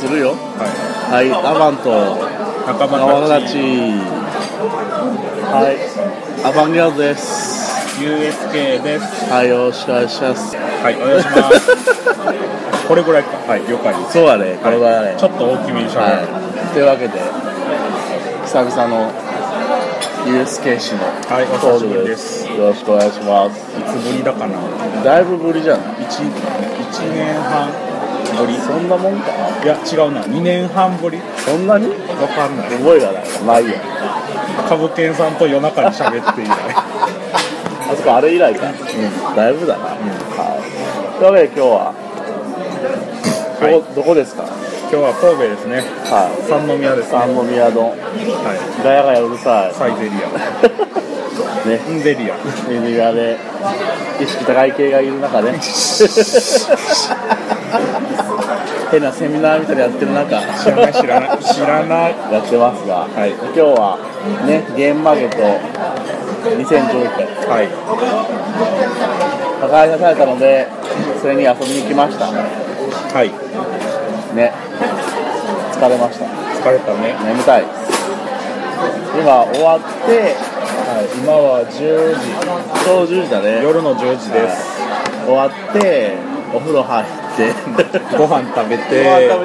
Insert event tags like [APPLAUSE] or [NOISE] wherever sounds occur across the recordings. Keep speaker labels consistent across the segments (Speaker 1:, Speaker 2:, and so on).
Speaker 1: するよ
Speaker 2: は
Speaker 1: はいアバンと
Speaker 2: い。仲
Speaker 1: 川
Speaker 2: 間た
Speaker 1: 勝
Speaker 2: ち。
Speaker 1: はいアバンギャルです
Speaker 2: USK です。
Speaker 1: はいよろしくお願いします
Speaker 2: はい、お願いします。これぐらいか。はい、了解です。
Speaker 1: そうだねこれはね
Speaker 2: ちょっと大きめにしゃべる。
Speaker 1: はいというわけで久々の USK 氏の
Speaker 2: はい、お久しぶりです。
Speaker 1: よろしくお願いします
Speaker 2: いつぶりだかな。
Speaker 1: だいぶぶりじゃない
Speaker 2: 一、一年半ぶり。
Speaker 1: そんなもんか
Speaker 2: いや、違うな。二年半ぶり。
Speaker 1: そんなに
Speaker 2: わかんない。
Speaker 1: 覚えがないまあいいや
Speaker 2: 株券さんと夜中に喋って以 [LAUGHS] 来。
Speaker 1: あそこあれ以来か、だいぶだな、はいというわけで今日は
Speaker 2: はい
Speaker 1: ここどこですか
Speaker 2: 今日は神戸ですね。
Speaker 1: はい
Speaker 2: 三宮ですね。
Speaker 1: 三宮丼
Speaker 2: は
Speaker 1: ガヤガヤうるさ
Speaker 2: い。サイゼリ
Speaker 1: い
Speaker 2: ア。
Speaker 1: ね
Speaker 2: ンゼリア。
Speaker 1: メディアで意識高い系がいる
Speaker 2: [LAUGHS]
Speaker 1: 中で変なセミナーみたいなのやってる中
Speaker 2: 知らない、知らない。知らない。
Speaker 1: やってますが、
Speaker 2: はい
Speaker 1: 今日はねゲームマーケット2019年
Speaker 2: はい。
Speaker 1: 破壊されたのでそれに遊びに来ました
Speaker 2: はい。
Speaker 1: ね疲れました
Speaker 2: 疲れたね。
Speaker 1: 眠たいです今終わって、はい、今は10時ちょうど10時だね
Speaker 2: 夜の10時です。
Speaker 1: 終わってお風呂入って
Speaker 2: ご飯食べ
Speaker 1: ご飯食べ
Speaker 2: て、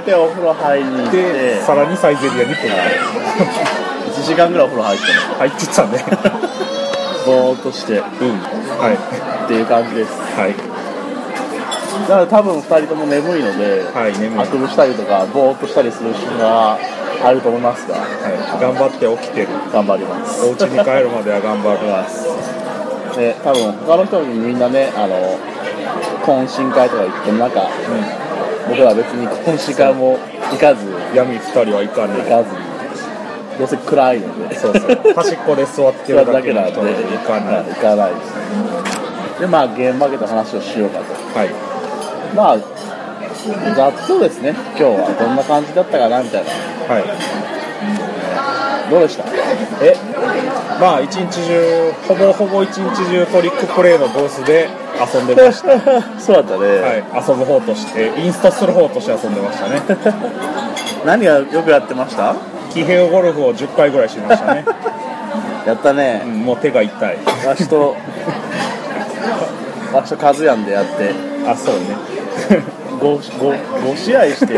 Speaker 1: てお風呂入りに行って [LAUGHS]
Speaker 2: で、さらにサイゼリアに来る。
Speaker 1: 1時間ぐらいお風呂入ってた
Speaker 2: 入ってたね。
Speaker 1: ぼーっとしてっ
Speaker 2: うん。は
Speaker 1: ていう感じです
Speaker 2: い。はい。
Speaker 1: だから多分2人とも眠いので、
Speaker 2: はい、眠い。は
Speaker 1: あ
Speaker 2: い。
Speaker 1: くびしたりとかぼーっとしたりする瞬間があると思いますが
Speaker 2: 頑張って起きてる。
Speaker 1: 頑張ります
Speaker 2: お家に帰るまでは頑張
Speaker 1: 思
Speaker 2: る
Speaker 1: い。ますで多分他の人にみんなねあの懇親会とか行ってもなんか
Speaker 2: う
Speaker 1: 僕ら別に懇親会も行かず
Speaker 2: ん。闇二人は行か
Speaker 1: 行
Speaker 2: ない。
Speaker 1: かずにどうせ暗いので
Speaker 2: そうそう。端っこで座ってるだけの
Speaker 1: なんで
Speaker 2: 人は行かない。
Speaker 1: 行かないですでまあゲーム負けた話をしようかと
Speaker 2: はい。
Speaker 1: まあざっとですね今日はどんな感じだったかなみたいな
Speaker 2: はい。
Speaker 1: どうでした
Speaker 2: え、まあ、一日中、ほぼほぼ一日中トリックプレイのブースで遊んでました。
Speaker 1: そうだったね、
Speaker 2: [LAUGHS] はい。遊ぶ方として、インストする方として遊んでましたね。 [LAUGHS]
Speaker 1: 何がよくやってました
Speaker 2: 騎兵ゴルフを10回ぐらいしましたね、
Speaker 1: やった
Speaker 2: う
Speaker 1: ね、
Speaker 2: んもう手が痛い
Speaker 1: わしとわしとカズヤンでやって
Speaker 2: あそうね
Speaker 1: 5, 5, 5試合して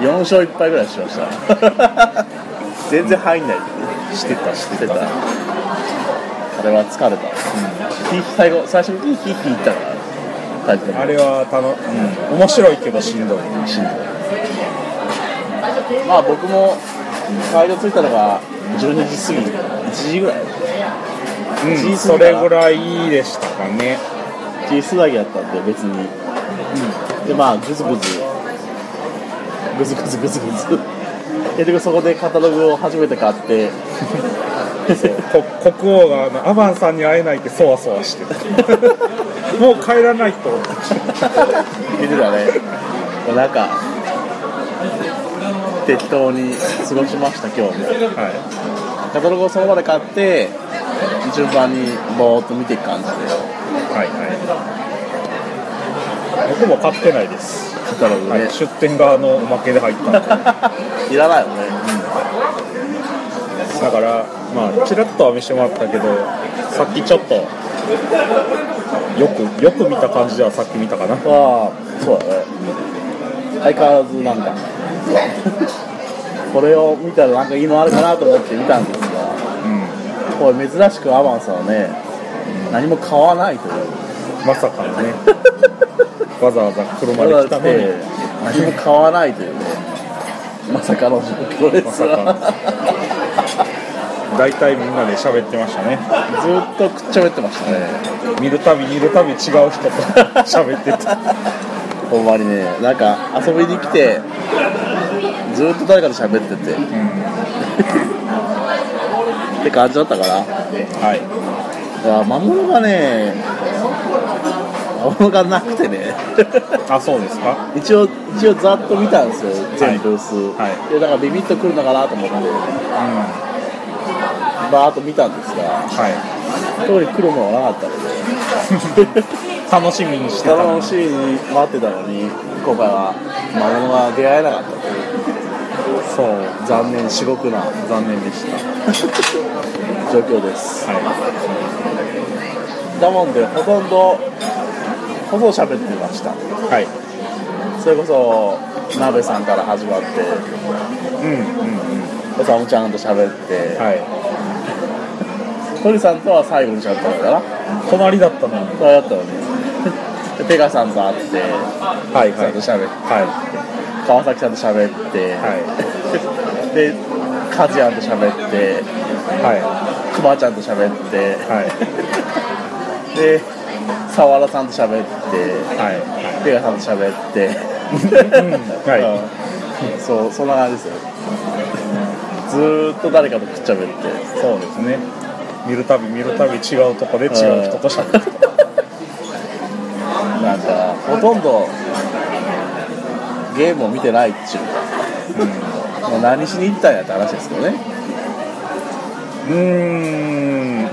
Speaker 1: 4勝1敗ぐらいしました [LAUGHS] 全然入んない
Speaker 2: してたし
Speaker 1: してたあれは疲れたヒーヒー最後最初にヒーヒーヒー言ったから帰って
Speaker 2: あれはたの、うん、面白いけどしんどい
Speaker 1: しんどいまあ僕も会場着いたのが12時過ぎ1時ぐらい
Speaker 2: うんそれぐらいでしたかね
Speaker 1: G スだけやったんで別に、でまあグズグズグズグズグズグズ [LAUGHS] 結局そこでカタログを初めて買って
Speaker 2: こ国王があのアバンさんに会えないってそわそわして [LAUGHS] たもう帰らないと思って
Speaker 1: 見てたねなんか適当に過ごしました今日も
Speaker 2: は
Speaker 1: カタログをその場で買って順番にぼーっと見ていく感じで
Speaker 2: いはいはい僕も買ってないです、
Speaker 1: カタログね、
Speaker 2: はい
Speaker 1: い、
Speaker 2: 出店側のおまけで入 [LAUGHS] ったんで
Speaker 1: らないよね
Speaker 2: だから、まあ、ちらっとは見せてもらったけど、さっきちょっと、よく、よく見た感じではさっき見たかな。
Speaker 1: ああそうだね相変わらずなんかこれを見たらなんかいいのあるかなと思って見たんですが
Speaker 2: うん。
Speaker 1: これ珍しくアバンさんはね何も買わないという
Speaker 2: まさかの [LAUGHS] ね、わざわざ車で来たのに、
Speaker 1: 何も買わないというねまさかの状況で
Speaker 2: ますさ
Speaker 1: が
Speaker 2: かの。大体みんなで喋ってましたね。
Speaker 1: ずっとくっちゃべってましたね
Speaker 2: 見るたび見るたび違う人 [LAUGHS] と喋ってた。
Speaker 1: ほんまにねなんか遊びに来てずっと誰かと喋っててって感じだったから
Speaker 2: はい。
Speaker 1: いや魔物がね魔物がなくてね
Speaker 2: あ、そうですか
Speaker 1: 一応一応ざっと見たんですよ全ブース、
Speaker 2: はい
Speaker 1: でだからビビッとくるのかなと思って
Speaker 2: うん。は
Speaker 1: バーッと見たんですが
Speaker 2: い。
Speaker 1: 特に来るものはなかったので
Speaker 2: 楽しみにしてたの
Speaker 1: 楽
Speaker 2: に
Speaker 1: しみに待ってたのに今回は魔物が出会えなかったという
Speaker 2: そう
Speaker 1: 残念至極な
Speaker 2: 残念で
Speaker 1: [LAUGHS]
Speaker 2: した
Speaker 1: 状況です
Speaker 2: は
Speaker 1: だもんでほとんどほとんど喋ってました
Speaker 2: いはい
Speaker 1: それこそ鍋さんから始まって
Speaker 2: うんうんうん
Speaker 1: おさむちゃんと喋って、
Speaker 2: はい
Speaker 1: 鳥さんとは最後に喋ったのかな
Speaker 2: 隣だったのに
Speaker 1: そうだったのね [LAUGHS] でペガさんと会って、
Speaker 2: はい
Speaker 1: さんと喋って
Speaker 2: は
Speaker 1: 川崎さんと喋って、
Speaker 2: いは
Speaker 1: でカジアンと喋って
Speaker 2: いは
Speaker 1: クマちゃんと喋って
Speaker 2: いはい
Speaker 1: でサワラさんと喋って
Speaker 2: はい
Speaker 1: ペガさんと喋って
Speaker 2: は
Speaker 1: うん [LAUGHS] そうそんな感じですよずーっと誰かとくっちゃべって
Speaker 2: いそうですね見るたび見るたび違うとこで違う人と喋って
Speaker 1: なんかほとんどゲームを見てないっちゅうか、もう何しに行ったんやって話ですけどね
Speaker 2: うーんうん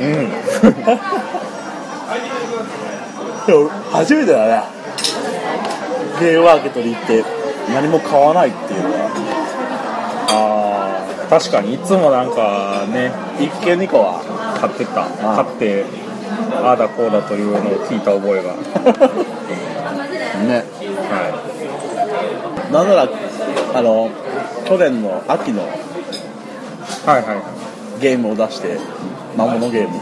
Speaker 1: でも初めてだねゲームマーケットに行って何も買わないっていうのは
Speaker 2: あー確かにいつもなんかね
Speaker 1: 1軒2個は
Speaker 2: 買ってた
Speaker 1: あ
Speaker 2: 買ってああだこうだというのを聞いた覚えが
Speaker 1: ね
Speaker 2: は
Speaker 1: なんならあの去年の秋の
Speaker 2: いはいは
Speaker 1: ゲームを出して魔物ゲーム
Speaker 2: い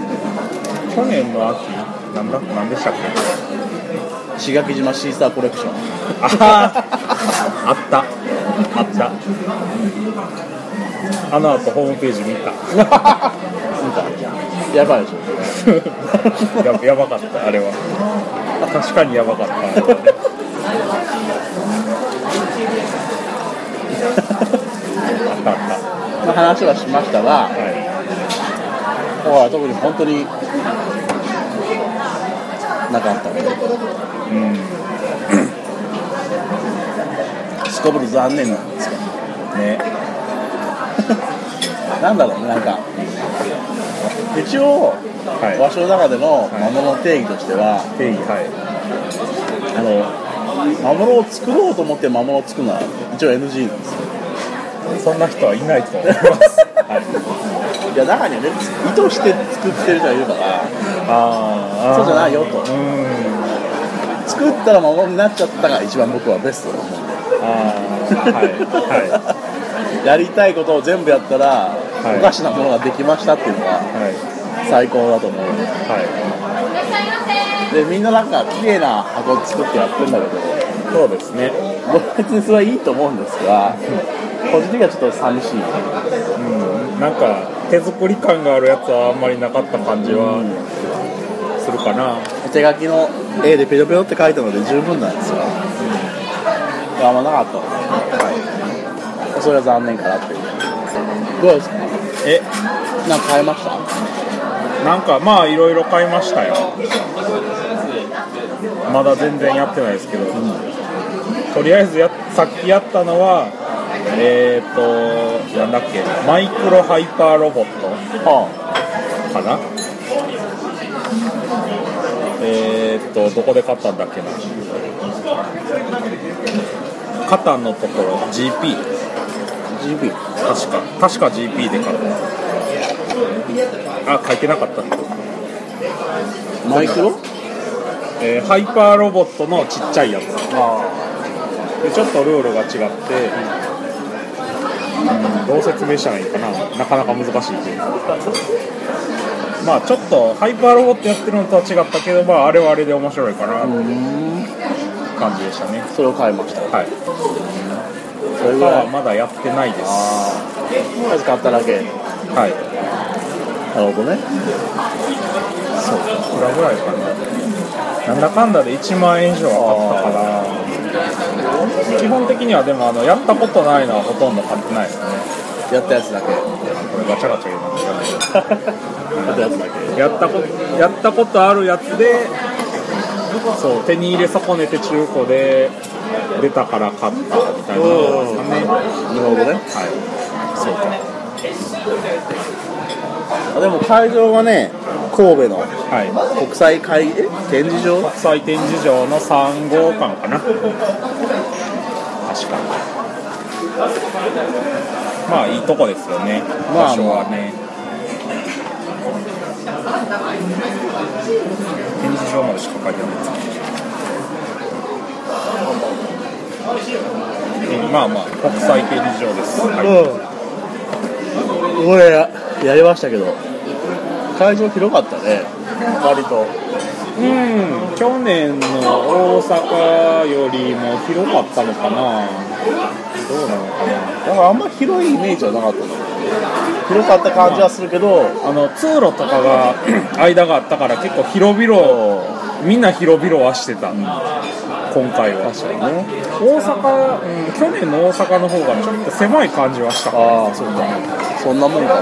Speaker 2: 去年の秋なんだなんでしたっけ
Speaker 1: 石垣島シーサーコレクション
Speaker 2: ああったあったあの後ホームページ見た
Speaker 1: 見たやばいでしょ
Speaker 2: ややばかったあれは確かにやばかったあったあっ
Speaker 1: まあ話はしましたが
Speaker 2: たは
Speaker 1: 今回は特に本当になかったので
Speaker 2: い、うん、
Speaker 1: すこぶる残念なんですが
Speaker 2: ね
Speaker 1: なんだろうねなんか一応
Speaker 2: は
Speaker 1: 和食の中での魔物の定義としては、
Speaker 2: い定義はい
Speaker 1: あの魔物を作ろうと思って魔物を作るのは一応 NG なんですよ
Speaker 2: そんな人はいないと思い
Speaker 1: [LAUGHS]
Speaker 2: ます、はい、
Speaker 1: いや中にはね意図して作ってる人がいるから
Speaker 2: あーあー
Speaker 1: そうじゃないよと
Speaker 2: うん
Speaker 1: 作ったら魔物になっちゃったが一番僕はベストだと思うんで
Speaker 2: ああはいは
Speaker 1: やりたいことを全部やったら、
Speaker 2: い
Speaker 1: おかしなものができましたっていうのが
Speaker 2: いはい
Speaker 1: 最高だと思うんで
Speaker 2: は
Speaker 1: でみんななんか綺麗な箱作ってやってるんだけど
Speaker 2: いそうですね
Speaker 1: 僕別にそれはいいと思うんですが個人的にはちょっと寂しい
Speaker 2: うん、なんか手作り感があるやつはあんまりなかった感じはするかな、
Speaker 1: 手書きの絵でペロペロって書いたので十分なんですが、あんまなかったので、それは残念かなっていうどうですか
Speaker 2: え
Speaker 1: なんか変えました
Speaker 2: なんかまあいろいろ買いましたよまだ全然やってないですけど、とりあえずやさっきやったのはえっ、となんだっけマイクロハイパーロボット
Speaker 1: は
Speaker 2: かなえー、っとどこで買ったんだっけなカタンのところ GP
Speaker 1: あ GP
Speaker 2: 確か確か GP で買ったあ書いてなかった、
Speaker 1: マイクロ
Speaker 2: えーハイパーロボットのちっちゃいやつ
Speaker 1: あ
Speaker 2: でちょっとルールが違って、うんどう説明したらいいかななかなか難しいけどまあちょっとハイパーロボットやってるのとは違ったけどまああれはあれで面白いかなって感じでしたね、
Speaker 1: それを変えました
Speaker 2: はい
Speaker 1: それぐ
Speaker 2: 他
Speaker 1: ら
Speaker 2: はいまだやってないです
Speaker 1: ああまず買っただけ
Speaker 2: はい
Speaker 1: なるほどね
Speaker 2: そういくらぐらいかななんだかんだで1万円以上は買ったかな基本的にはでもあのやったことないのはほとんど買ってないですね
Speaker 1: やったやつだけ
Speaker 2: これガチャガチャ言うの知
Speaker 1: や
Speaker 2: らない
Speaker 1: ったやつだけ
Speaker 2: やったことやったことあるやつでそう手に入れ損ねて中古で出たから買ったみたいなのですかね
Speaker 1: なるほどね
Speaker 2: はい
Speaker 1: あでも会場がね神戸の
Speaker 2: はい
Speaker 1: 国際会え展示場
Speaker 2: 国際展示場の3号館かな確かまあいいとこですよね
Speaker 1: まあ
Speaker 2: 場所はね展示場までしか書いてないえまあまあ国際展示場です、はい
Speaker 1: うんこれややりましたけど会場広かったね割と
Speaker 2: うん、去年の大阪よりも広かったのかな、どうなのか
Speaker 1: だ
Speaker 2: な、
Speaker 1: からあんま広いイメージはなかったの広かった感じはするけど
Speaker 2: あの通路とかが [CLEARS THROAT] 間があったから、結構広々、みんな広々はしてた、今回は。
Speaker 1: 確かにね
Speaker 2: 大阪、うん、去年の大阪の方がちょっと狭い感じはした、
Speaker 1: ああそうかそんなもんか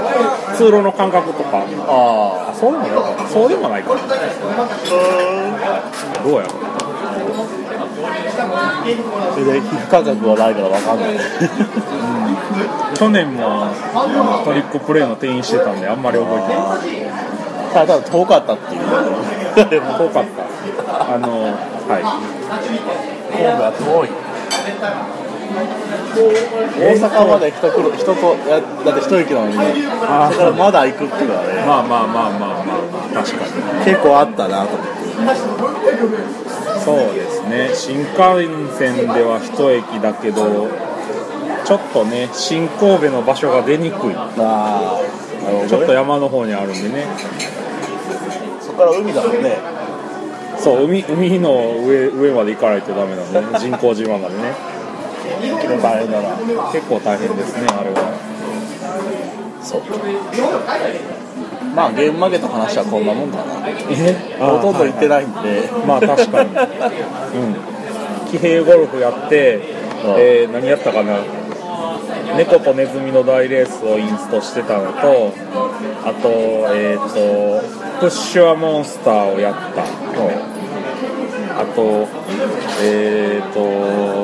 Speaker 2: 通路の感覚とか、
Speaker 1: ああ
Speaker 2: そうでもないか、そうでもないか、どうやろう。
Speaker 1: それで皮膚感覚はないから分かんない
Speaker 2: 去年もあのトリックプレイの店員してたんで、あんまり覚えてない。
Speaker 1: ただ遠かったっていう [LAUGHS] 神戸
Speaker 2: 遠かった。あの、は
Speaker 1: は遠い大阪まで人来る人とやだって一駅なのにだ
Speaker 2: あ
Speaker 1: からまだ行くっていうのはね
Speaker 2: い。まあまあまあまあまあ、確かに。
Speaker 1: 結構あったなと思って
Speaker 2: そうですね。新幹線では一駅だけど、ちょっとね、新神戸の場所が出にくい。
Speaker 1: ああなるほ
Speaker 2: ちょっと
Speaker 1: ね
Speaker 2: 山の方にあるんでね。
Speaker 1: そこから海だもんね
Speaker 2: そう、海、海の上、上まで行かないとダメなんで、ね、人工島までね。
Speaker 1: 大変だな
Speaker 2: 結構大変ですね、あれは。
Speaker 1: そうまあゲームマーケットの話はこんなもんかな
Speaker 2: え
Speaker 1: ほとんど行って
Speaker 2: い。
Speaker 1: ないんで
Speaker 2: まあ確かに。うん。騎兵ゴルフやって、
Speaker 1: ああ
Speaker 2: えー何やったかな猫とネズミの大レースをインストしてたのとあとえっ、とプッシュアモンスターをやったあとえっ、と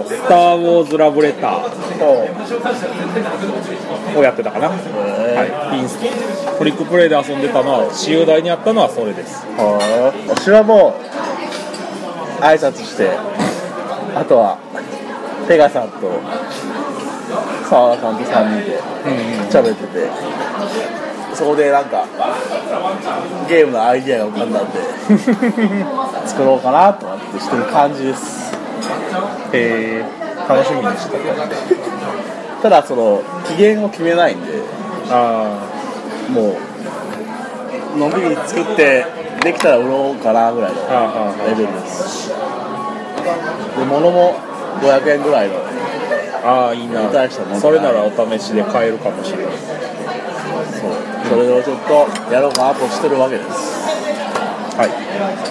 Speaker 2: 「スター・ウォーズ・ラブレター
Speaker 1: そ」
Speaker 2: をやってたかな、は
Speaker 1: うへえ
Speaker 2: い、インストトリックプレイで遊んでたのは私有台にあったのはそれです
Speaker 1: はいわしはもう挨拶してあとはペガさんと澤田さんと3人で喋ってて、そこでなんかゲームのアイディアが浮かんだんで作ろうかなと思ってしてる感じです
Speaker 2: えー、楽しみにしてた
Speaker 1: ただその期限を決めないんで
Speaker 2: あ
Speaker 1: もうのんびり作ってできたら売ろうかなぐらいの
Speaker 2: ああ
Speaker 1: レベルですで物も500円ぐらいの
Speaker 2: ああいいな
Speaker 1: 大したもんじゃない
Speaker 2: それならお試しで買えるかもしれない
Speaker 1: そうそれをちょっとやろうかなとしてるわけです
Speaker 2: はい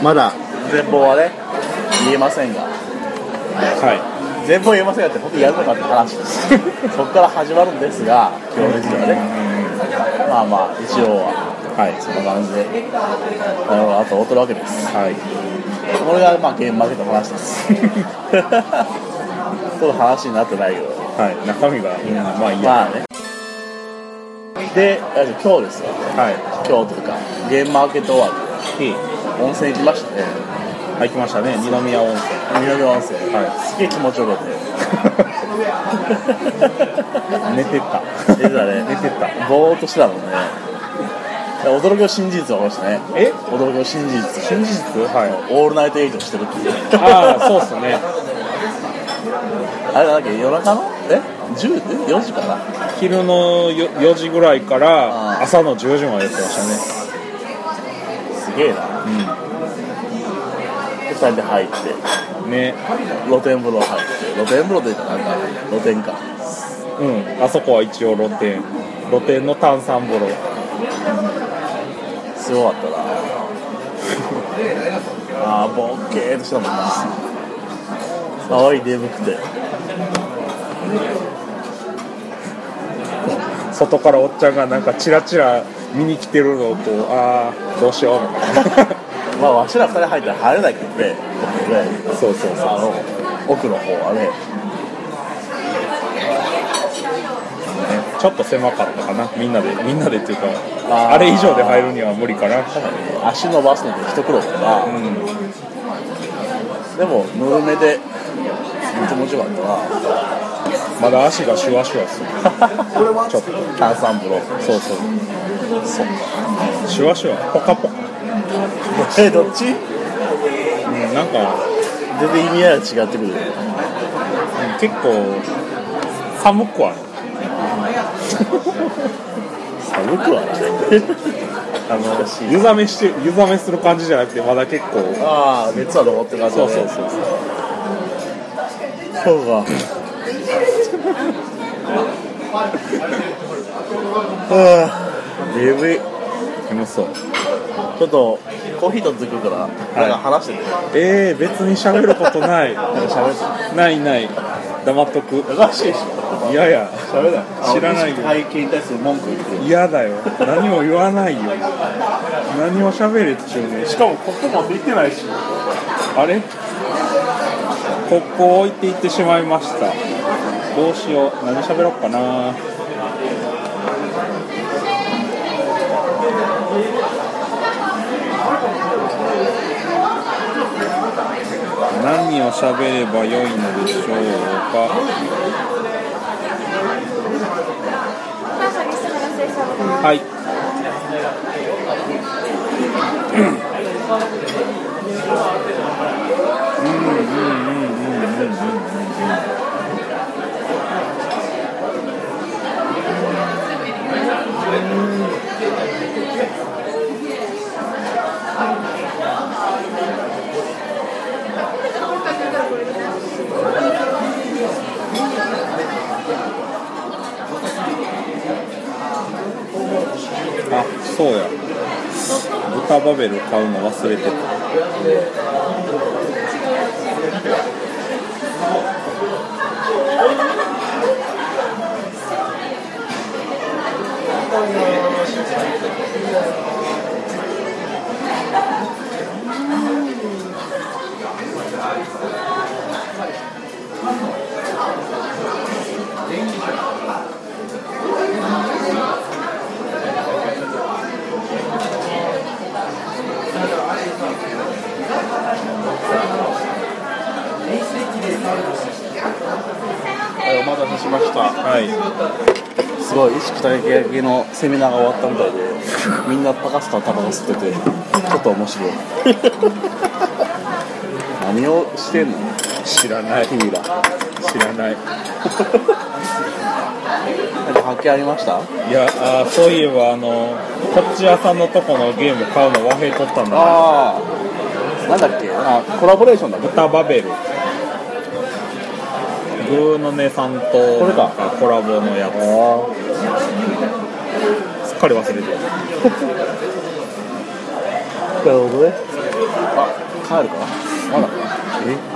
Speaker 1: まだ全貌はね言えませんが
Speaker 2: はい
Speaker 1: 全貌言えませんがって本当にやるのかって話です
Speaker 2: [LAUGHS]
Speaker 1: そこから始まるんですが基本的にはねまあまあ一応は
Speaker 2: はい
Speaker 1: そんな感じでやろうかなと思ってるわけです
Speaker 2: はい
Speaker 1: これがまあゲーム負けた話です
Speaker 2: [LAUGHS]
Speaker 1: その話になってないけど
Speaker 2: はい中身がいいなまあいいや、
Speaker 1: まあねであ今日ですよ
Speaker 2: は
Speaker 1: 今日というかゲームマーケット終わり
Speaker 2: いいい
Speaker 1: で温泉行きましたね
Speaker 2: はい来ましたね二宮温泉
Speaker 1: 南温泉
Speaker 2: は
Speaker 1: すげえ気持ちよかったよ
Speaker 2: い [LAUGHS] 寝てた
Speaker 1: 出てたね
Speaker 2: 寝てた
Speaker 1: ぼーっとしてたもんね驚きの真実をこましたね
Speaker 2: え
Speaker 1: 驚きの真実
Speaker 2: 真実はい
Speaker 1: オールナイトエイトしてるっていう
Speaker 2: ああそうっすね
Speaker 1: あれなんだっけ夜中のえ10え4時かな
Speaker 2: 昼のよ4時ぐらいか
Speaker 1: あ
Speaker 2: ら
Speaker 1: ー
Speaker 2: 朝の10時までやってましたね
Speaker 1: すげえな2人で入って
Speaker 2: うんね
Speaker 1: 露天風呂入って露天風呂というかなんか露天か
Speaker 2: うんあそこは一応露天露天の炭酸風呂
Speaker 1: すごかったな [LAUGHS] あーボッケーっとしたもんな騒いで眠くて
Speaker 2: 外からおっちゃんがなんかチラチラ見に来てるのをこうああどうしようみたい
Speaker 1: まあわしら2人入ったら入れないけどね
Speaker 2: なそうそうそう
Speaker 1: あの奥の方はね
Speaker 2: ちょっと狭かったかなみんなでみんなでっていうか
Speaker 1: あー
Speaker 2: あれ以上で入るには無理かな
Speaker 1: 足伸ばすのって一苦労だな、
Speaker 2: うん
Speaker 1: でもぬるめで気持ちよかった
Speaker 2: まだ足がシュワシュワする
Speaker 1: なちょっと炭酸風呂そうそうそう
Speaker 2: シュワシュワポカポカ、
Speaker 1: [LAUGHS] えどっち全
Speaker 2: うん、なんか
Speaker 1: 然意味合いが違ってくるよ
Speaker 2: うん結構寒くはある
Speaker 1: 寒くはない
Speaker 2: あの
Speaker 1: 難しい
Speaker 2: 湯冷めして湯冷めする感じじゃなくてまだ結構
Speaker 1: ああ熱は残ってる
Speaker 2: そうそうそうそう
Speaker 1: そうか。ああ、眠い。
Speaker 2: 眠そう
Speaker 1: ちょっとコーヒーとつくから、なんか話してて。
Speaker 2: えー、別に喋ることない
Speaker 1: なんか喋って
Speaker 2: ないない黙っとく
Speaker 1: て。おかしいでしょ。
Speaker 2: いやいや
Speaker 1: 喋だ。
Speaker 2: 知らないよ
Speaker 1: 体験に対する文句言ってる。
Speaker 2: 嫌だよ何も言わないよ何を喋れっちゅうねしかも
Speaker 1: ここもできてないし。
Speaker 2: あれコップを置いていってしまいましたどうしよう何喋ろうかな何を喋ればよいのでしょうかはいあそうや豚バベル買うの忘れてた
Speaker 1: はい、お待たせしました。
Speaker 2: はい
Speaker 1: すごい意識体系焼きのセミナーが終わったみたいで、みんなパカスタタバコ吸ってて、ちょっと面白い。 [LAUGHS] 何をしてんの
Speaker 2: 知らない
Speaker 1: 君ら。
Speaker 2: 知らない
Speaker 1: なんか発見ありました
Speaker 2: いやあーそういえばあのこっち屋さんのとこのゲーム買うの和平取ったんだ
Speaker 1: ああなんだっけあコラボレーションだっけ
Speaker 2: 豚バベルグーの姉さんと
Speaker 1: これか
Speaker 2: なんコラボのや
Speaker 1: あー
Speaker 2: つすっかり忘れてる
Speaker 1: なるほどねあ帰るかまだえ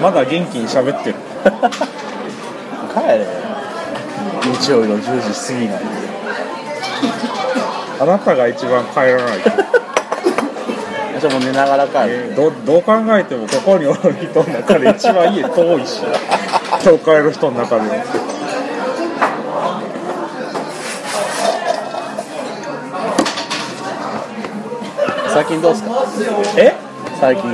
Speaker 2: まだ元気に喋ってる
Speaker 1: 帰れよ日曜日の10時過ぎなんで
Speaker 2: あなたが一番帰ら [LAUGHS] ないから、
Speaker 1: 私はもう寝ながら帰る、
Speaker 2: どどう考えてもここにおる人の中で一番家遠いし今日帰る人の中で
Speaker 1: 最近どうっすか
Speaker 2: え
Speaker 1: 最近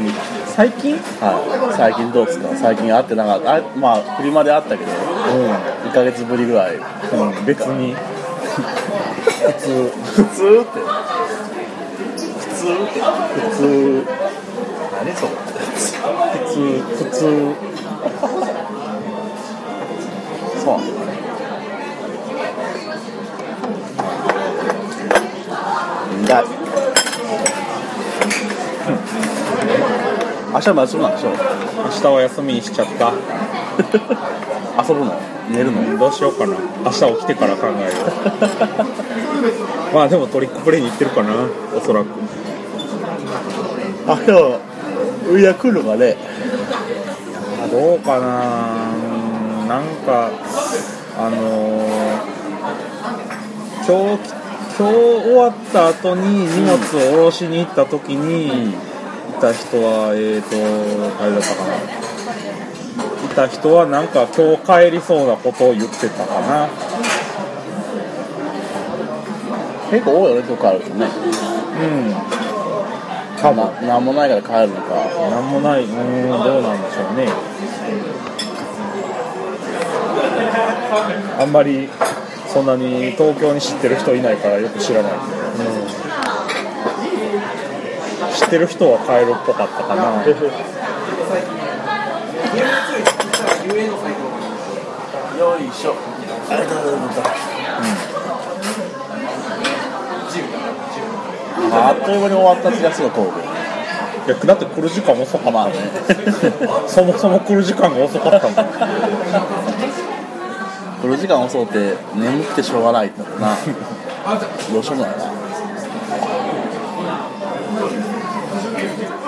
Speaker 2: 最近
Speaker 1: はい最近どうっすか最近会ってなかったあまあフリマで会ったけど
Speaker 2: う
Speaker 1: 1ヶ月ぶりぐらい
Speaker 2: ん、うん、別に
Speaker 1: 普通普通って普通って普通何それ
Speaker 2: 普通普通
Speaker 1: そうなんだね苦い明日も休むなんでしょ
Speaker 2: 明日は休みにしちゃった
Speaker 1: 遊ぶの寝るの
Speaker 2: どうしようかな明日起きてから考えよ [LAUGHS] うまあでもトリックプレイに行ってるかなおそらく
Speaker 1: あ今日いや来るのがね
Speaker 2: あどうかななんかあのー今日き今日終わった後に荷物を下ろしに行った時に、いた人はえーと誰だったかなた人はなんか今日帰りそうなことを言ってたかな
Speaker 1: 結構多いよねとこあるとね
Speaker 2: うん
Speaker 1: 多分何もないから帰るのか
Speaker 2: なんもないうーんどうなんでしょうねあんまりそんなに東京に知ってる人いないからよく知らないけど、知ってる人はカエルっぽかったかな
Speaker 1: よいしょありがとうございますああっという間に終わった気がする神戸
Speaker 2: いやだって来る時間遅かった
Speaker 1: まあ
Speaker 2: ね
Speaker 1: ね
Speaker 2: [LAUGHS] そもそも来る時間が遅かったんだよ
Speaker 1: 来る時間遅うて眠くてしょうがないってなるな [LAUGHS] どうしようもないな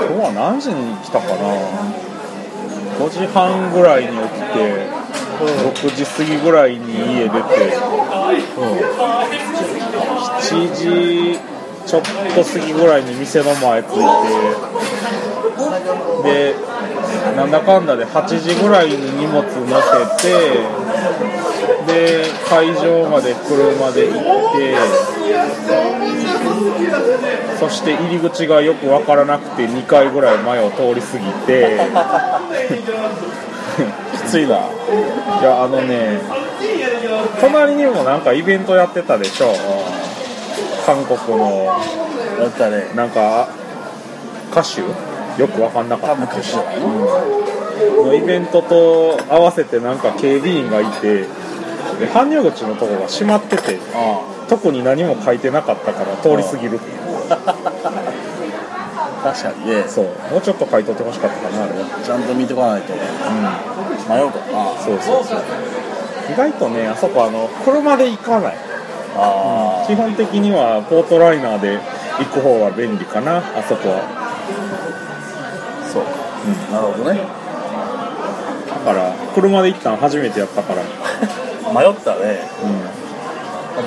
Speaker 2: 今日は何時に来たかな5時半ぐらいに起きて6時過ぎぐらいに家出て、7時ちょっと過ぎぐらいに店の前着いてでなんだかんだで8時ぐらいに荷物乗せてで会場まで車で行ってそして入り口がよくわからなくて2回ぐらい前を通り過ぎて [LAUGHS] きついないやあのね隣にもなんかイベントやってたでしょ韓国の
Speaker 1: だったね
Speaker 2: なんか歌手よくわかんなか
Speaker 1: 多
Speaker 2: った
Speaker 1: 分年だよね
Speaker 2: のイベントと合わせてなんか警備員がいてで搬入口のとこが閉まってて
Speaker 1: あ
Speaker 2: 特に何も書いてなかったから通り過ぎるっていう
Speaker 1: あ確かにね
Speaker 2: そうもうちょっと書いとってほしかったかなあれは
Speaker 1: ちゃんと見とかないと迷うからな
Speaker 2: そうそうそう意外とねあそこあの車で行かない
Speaker 1: あ
Speaker 2: 基本的にはポートライナーで行く方が便利かなあそこは
Speaker 1: あそううんなるほどね
Speaker 2: だから車で行ったん初めてやったから
Speaker 1: 迷ったね
Speaker 2: うん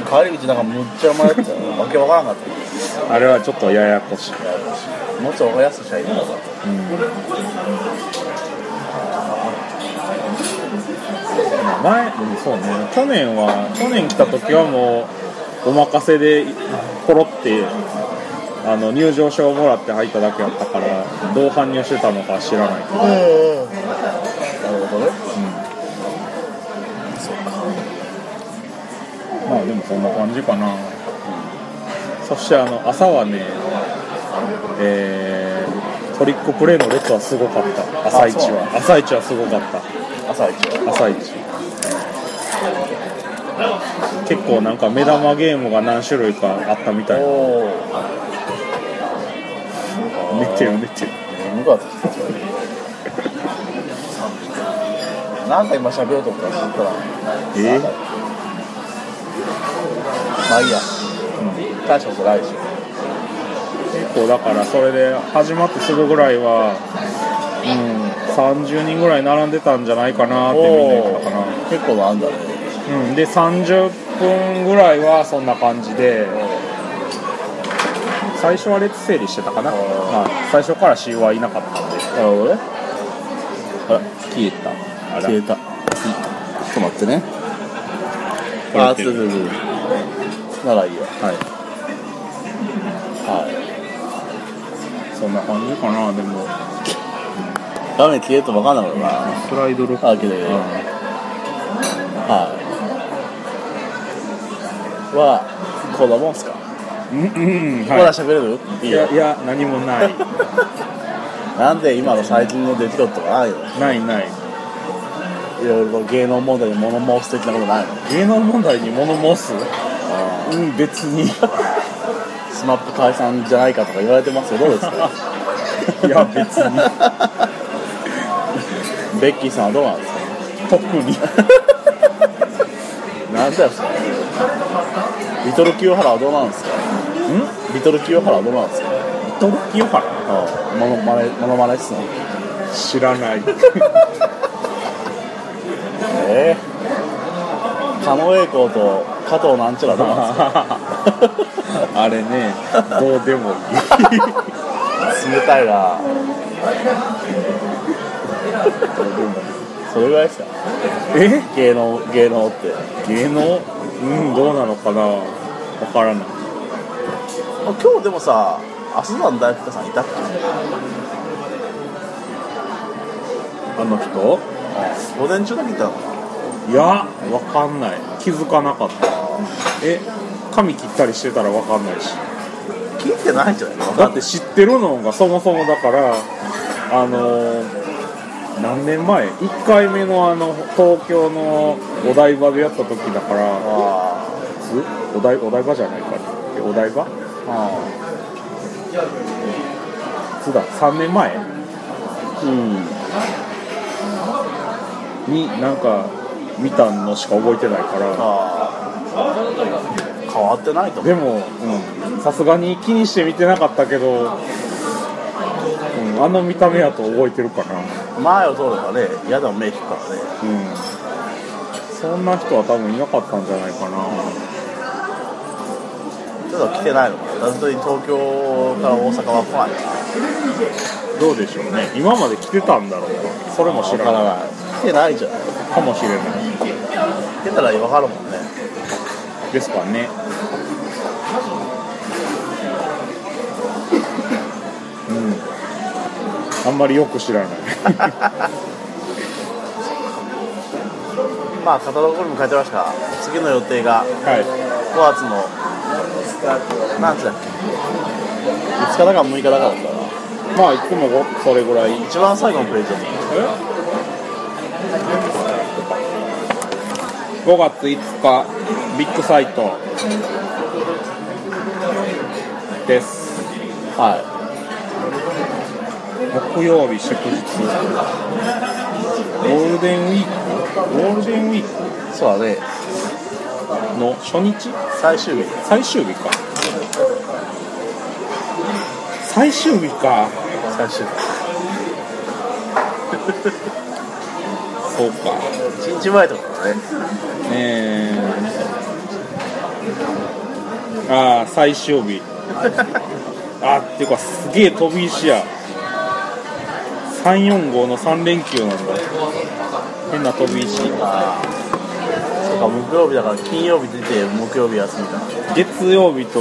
Speaker 1: 帰り道なんかむっちゃ迷ったよわけわからなかった
Speaker 2: あれはちょっとややこしい、
Speaker 1: もうちょいおやすしゃいいのか
Speaker 2: うん前うんそうね去年は去年来た時はもうお任せでポロってあの入場証をもらって入っただけやったからどう搬入してたのかは知らないけど
Speaker 1: うんうんなるほどね
Speaker 2: まあでもそんな感じかな、そしてあの朝はねえートリックプレイの列はすごかった朝一は朝一はすごかった
Speaker 1: 朝一は
Speaker 2: 朝一結構なんか目玉ゲームが何種類かあったみたい
Speaker 1: おお
Speaker 2: 寝てる寝てる
Speaker 1: 眠かったなんか今喋ろうと思ったらったら
Speaker 2: え
Speaker 1: まあいいや、大したことないでしょ
Speaker 2: 結構だからそれで始まってすぐぐらいはうん30人ぐらい並んでたんじゃないかなってみんな言ってたかな
Speaker 1: 結構なんだね
Speaker 2: うん、で30分ぐらいはそんな感じで最初は列整理してたかな、
Speaker 1: あー
Speaker 2: はい最初から C はいなかったんで
Speaker 1: なるほどねあら消えた
Speaker 2: ら
Speaker 1: 消えたちょっと待ってねあそうそうそうならいいよ
Speaker 2: はい
Speaker 1: はい
Speaker 2: そんな感じかなでも
Speaker 1: 画面消えると分かんなかったな
Speaker 2: スライドル
Speaker 1: あけどいいよ
Speaker 2: うん
Speaker 1: はいはこんなもんすか、
Speaker 2: うんうん
Speaker 1: まだ
Speaker 2: は
Speaker 1: 喋れる
Speaker 2: い
Speaker 1: い
Speaker 2: い
Speaker 1: い
Speaker 2: や
Speaker 1: よ
Speaker 2: いや何もない [LAUGHS]
Speaker 1: なんで今の最近の出来事とかないの
Speaker 2: ないない
Speaker 1: いろいろ芸能問題に物申す的なことないの
Speaker 2: 芸能問題に物申すうん別 [LAUGHS] に
Speaker 1: スマップ解散じゃないかとか言われてますけどどうです
Speaker 2: [LAUGHS]
Speaker 1: か
Speaker 2: いや別に
Speaker 1: ベッキーさんはどうなんですか
Speaker 2: 特
Speaker 1: [LAUGHS]
Speaker 2: に
Speaker 1: なんだよそれリトル清原はどうなんですか
Speaker 2: ん
Speaker 1: リトル清原はどうなんですか
Speaker 2: トルキヨハ
Speaker 1: あ
Speaker 2: ラ
Speaker 1: あモノマネモノマネっすの
Speaker 2: 知らない
Speaker 1: ええ狩野英孝と加藤なんちゃらどうなんですか
Speaker 2: [LAUGHS] あれねどうでもいい
Speaker 1: 冷たいな
Speaker 2: でも
Speaker 1: それぐらいですか
Speaker 2: え
Speaker 1: 芸能芸能って
Speaker 2: 芸能うんどうなのかなわからない
Speaker 1: 今日でもさ阿蘇山大福さんいたっけ
Speaker 2: あの人
Speaker 1: 午前中だけいたのか
Speaker 2: いやわかんない気づかなかったえ髪切ったりしてたらわかんないし
Speaker 1: な聞いてないんじゃないの
Speaker 2: だって知ってるのがそもそもだからあのー何年前1回目のあの東京のお台場でやった時だから
Speaker 1: あ
Speaker 2: つお台お台場じゃないかえお台場
Speaker 1: ーあ
Speaker 2: つだ3年前
Speaker 1: ーうん
Speaker 2: になんか見たのしか覚えてないから
Speaker 1: あー変わってないと思う
Speaker 2: でもうんさすがに気にして見てなかったけど、うん、あの見た目やと覚えてるかな
Speaker 1: 前を通ればね嫌でも目引くからね
Speaker 2: うんそんな人は多分いなかったんじゃないかな
Speaker 1: ちょっと来てないのかな本当に東京から大阪は来ないか
Speaker 2: どうでしょうね今まで来てたんだろうかそれも知らない
Speaker 1: らない来てないじゃない
Speaker 2: かもしれない
Speaker 1: 来てたら分かるもんね
Speaker 2: ですかねうんあんまりよく知らない
Speaker 1: まあカタログにも書いてましたが次の予定が
Speaker 2: はい
Speaker 1: 5月の何時だっけ5日だか6日だかだったら
Speaker 2: まあいつもごそれぐらいえ
Speaker 1: 一番最後のプレイじゃん
Speaker 2: 5月5日ビッグサイトです
Speaker 1: は
Speaker 2: 木曜日祝日ゴールデンウィークゴールデンウィー
Speaker 1: いそうだね
Speaker 2: クの初日
Speaker 1: 最終日
Speaker 2: 最終日か最終日か
Speaker 1: 最終
Speaker 2: そうか
Speaker 1: 日1日前とかだね
Speaker 2: えー、ああ最終日あーっていうかすげえ飛び石や345の3連休なんだ変な飛び石
Speaker 1: ああそうか木曜日だから金曜日出て木曜日休みだ
Speaker 2: 月曜日と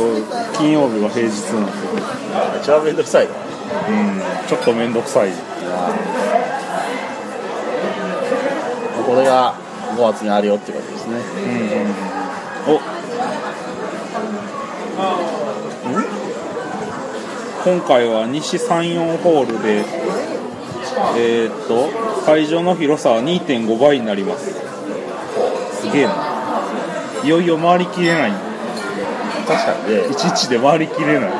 Speaker 2: 金曜日は平日なんですよ
Speaker 1: な一番めんどくさいな
Speaker 2: うんちょっと面倒くさい
Speaker 1: これが5月にあるよってことですね
Speaker 2: お今回は西三四ホールでえーっと会場の広さは2.5倍になりますすげえないよいよ回りきれない
Speaker 1: 確かにね
Speaker 2: いちいちで回りきれない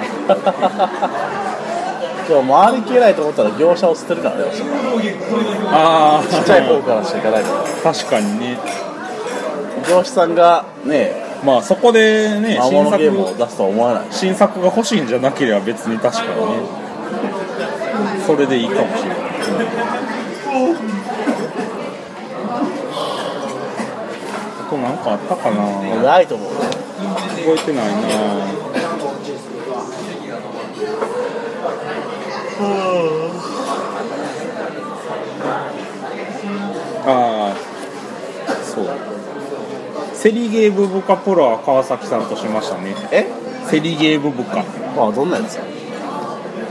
Speaker 1: でも回りきれないと思ったら業者を捨てるからねちっ
Speaker 2: ああ
Speaker 1: ちゃい方からしか行かないか
Speaker 2: 確かにね
Speaker 1: ら業者さんがね
Speaker 2: まあそこでね
Speaker 1: 魔
Speaker 2: 新
Speaker 1: 物ゲームを
Speaker 2: 作
Speaker 1: 出すとは思わないし
Speaker 2: 新作が欲しいんじゃなければ別に確かにねそれでいいかもしれないあとなんかあったかな覚
Speaker 1: ないと思うね
Speaker 2: えてないなああそうセリゲーブブカプロは川崎さんとしましたね
Speaker 1: え
Speaker 2: セリゲーブブカ
Speaker 1: まあどんなやつ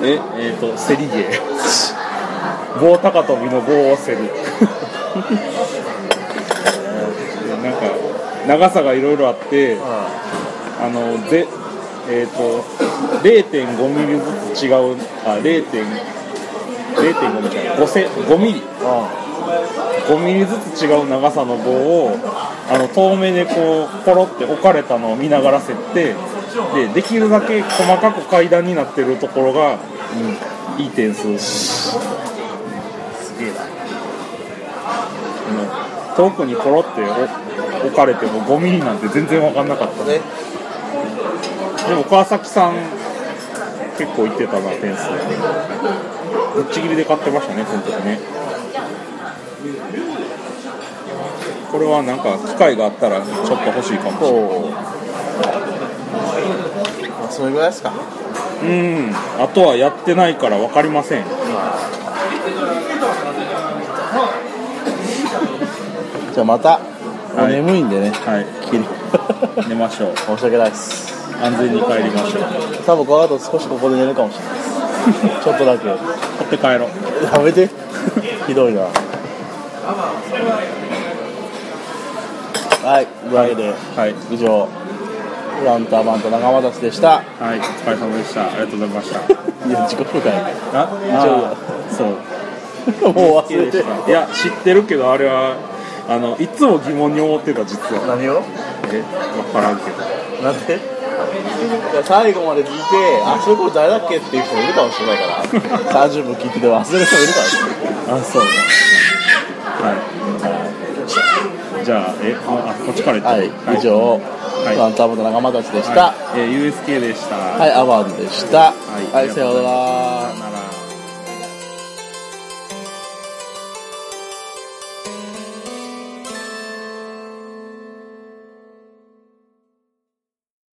Speaker 2: ええー、とセリゲー棒高跳びの棒をセリ [LAUGHS] なんか長さがいろいろあって
Speaker 1: あ
Speaker 2: あのぜえっ、と0.5ミリずつ違うあ0.5 0.5ミリじゃない5セ5ミリ
Speaker 1: あ
Speaker 2: 5ミリずつ違う長さの棒をあの遠目でこうポロって置かれたのを見ながら設定でできるだけ細かく階段になってるところが、うん、いい点数
Speaker 1: すげえな
Speaker 2: あの遠くにポロってお置かれても5ミリなんて全然分かんなかったで
Speaker 1: ね
Speaker 2: も川崎さん結構いってたな点数ぶっちぎりで買ってましたねこの時ねこれはなんか機会があったらちょっと欲しいかも
Speaker 1: そ
Speaker 2: しれない
Speaker 1: うまあそれぐらいですか
Speaker 2: うんあとはやってないから分かりません
Speaker 1: じゃあまた、
Speaker 2: はい
Speaker 1: 眠いんでね
Speaker 2: はい
Speaker 1: 切り
Speaker 2: 寝ましょう
Speaker 1: 申し訳ないです
Speaker 2: 安全に帰りましょう
Speaker 1: 多分この後少しここで寝るかもしれないですちょっとだけ
Speaker 2: 買って帰ろう
Speaker 1: やめてひどいなはいというわけで
Speaker 2: はい
Speaker 1: 以上フランターマンと仲間たちでした
Speaker 2: はいお疲れ様でしたありがとうございました
Speaker 1: いや自己紹介
Speaker 2: ああーそ
Speaker 1: [LAUGHS]
Speaker 2: う
Speaker 1: もう忘れてる
Speaker 2: いや知ってるけどあれはあのいつも疑問に思ってた実は
Speaker 1: 何を
Speaker 2: え分からんけど
Speaker 1: なんで最後まで聞いて、あ、そういうこと誰だっけっていう人もいるかもしれない [LAUGHS] から、30分聞いてて忘れる人もいるかもしれない。
Speaker 2: あそうはいじゃあえああこっちから行
Speaker 1: はい、以上、
Speaker 2: い
Speaker 1: フランターボの仲間たちでした。
Speaker 2: はいえー USK でした
Speaker 1: はい、アワードでした。
Speaker 2: い
Speaker 1: はい、さようなら。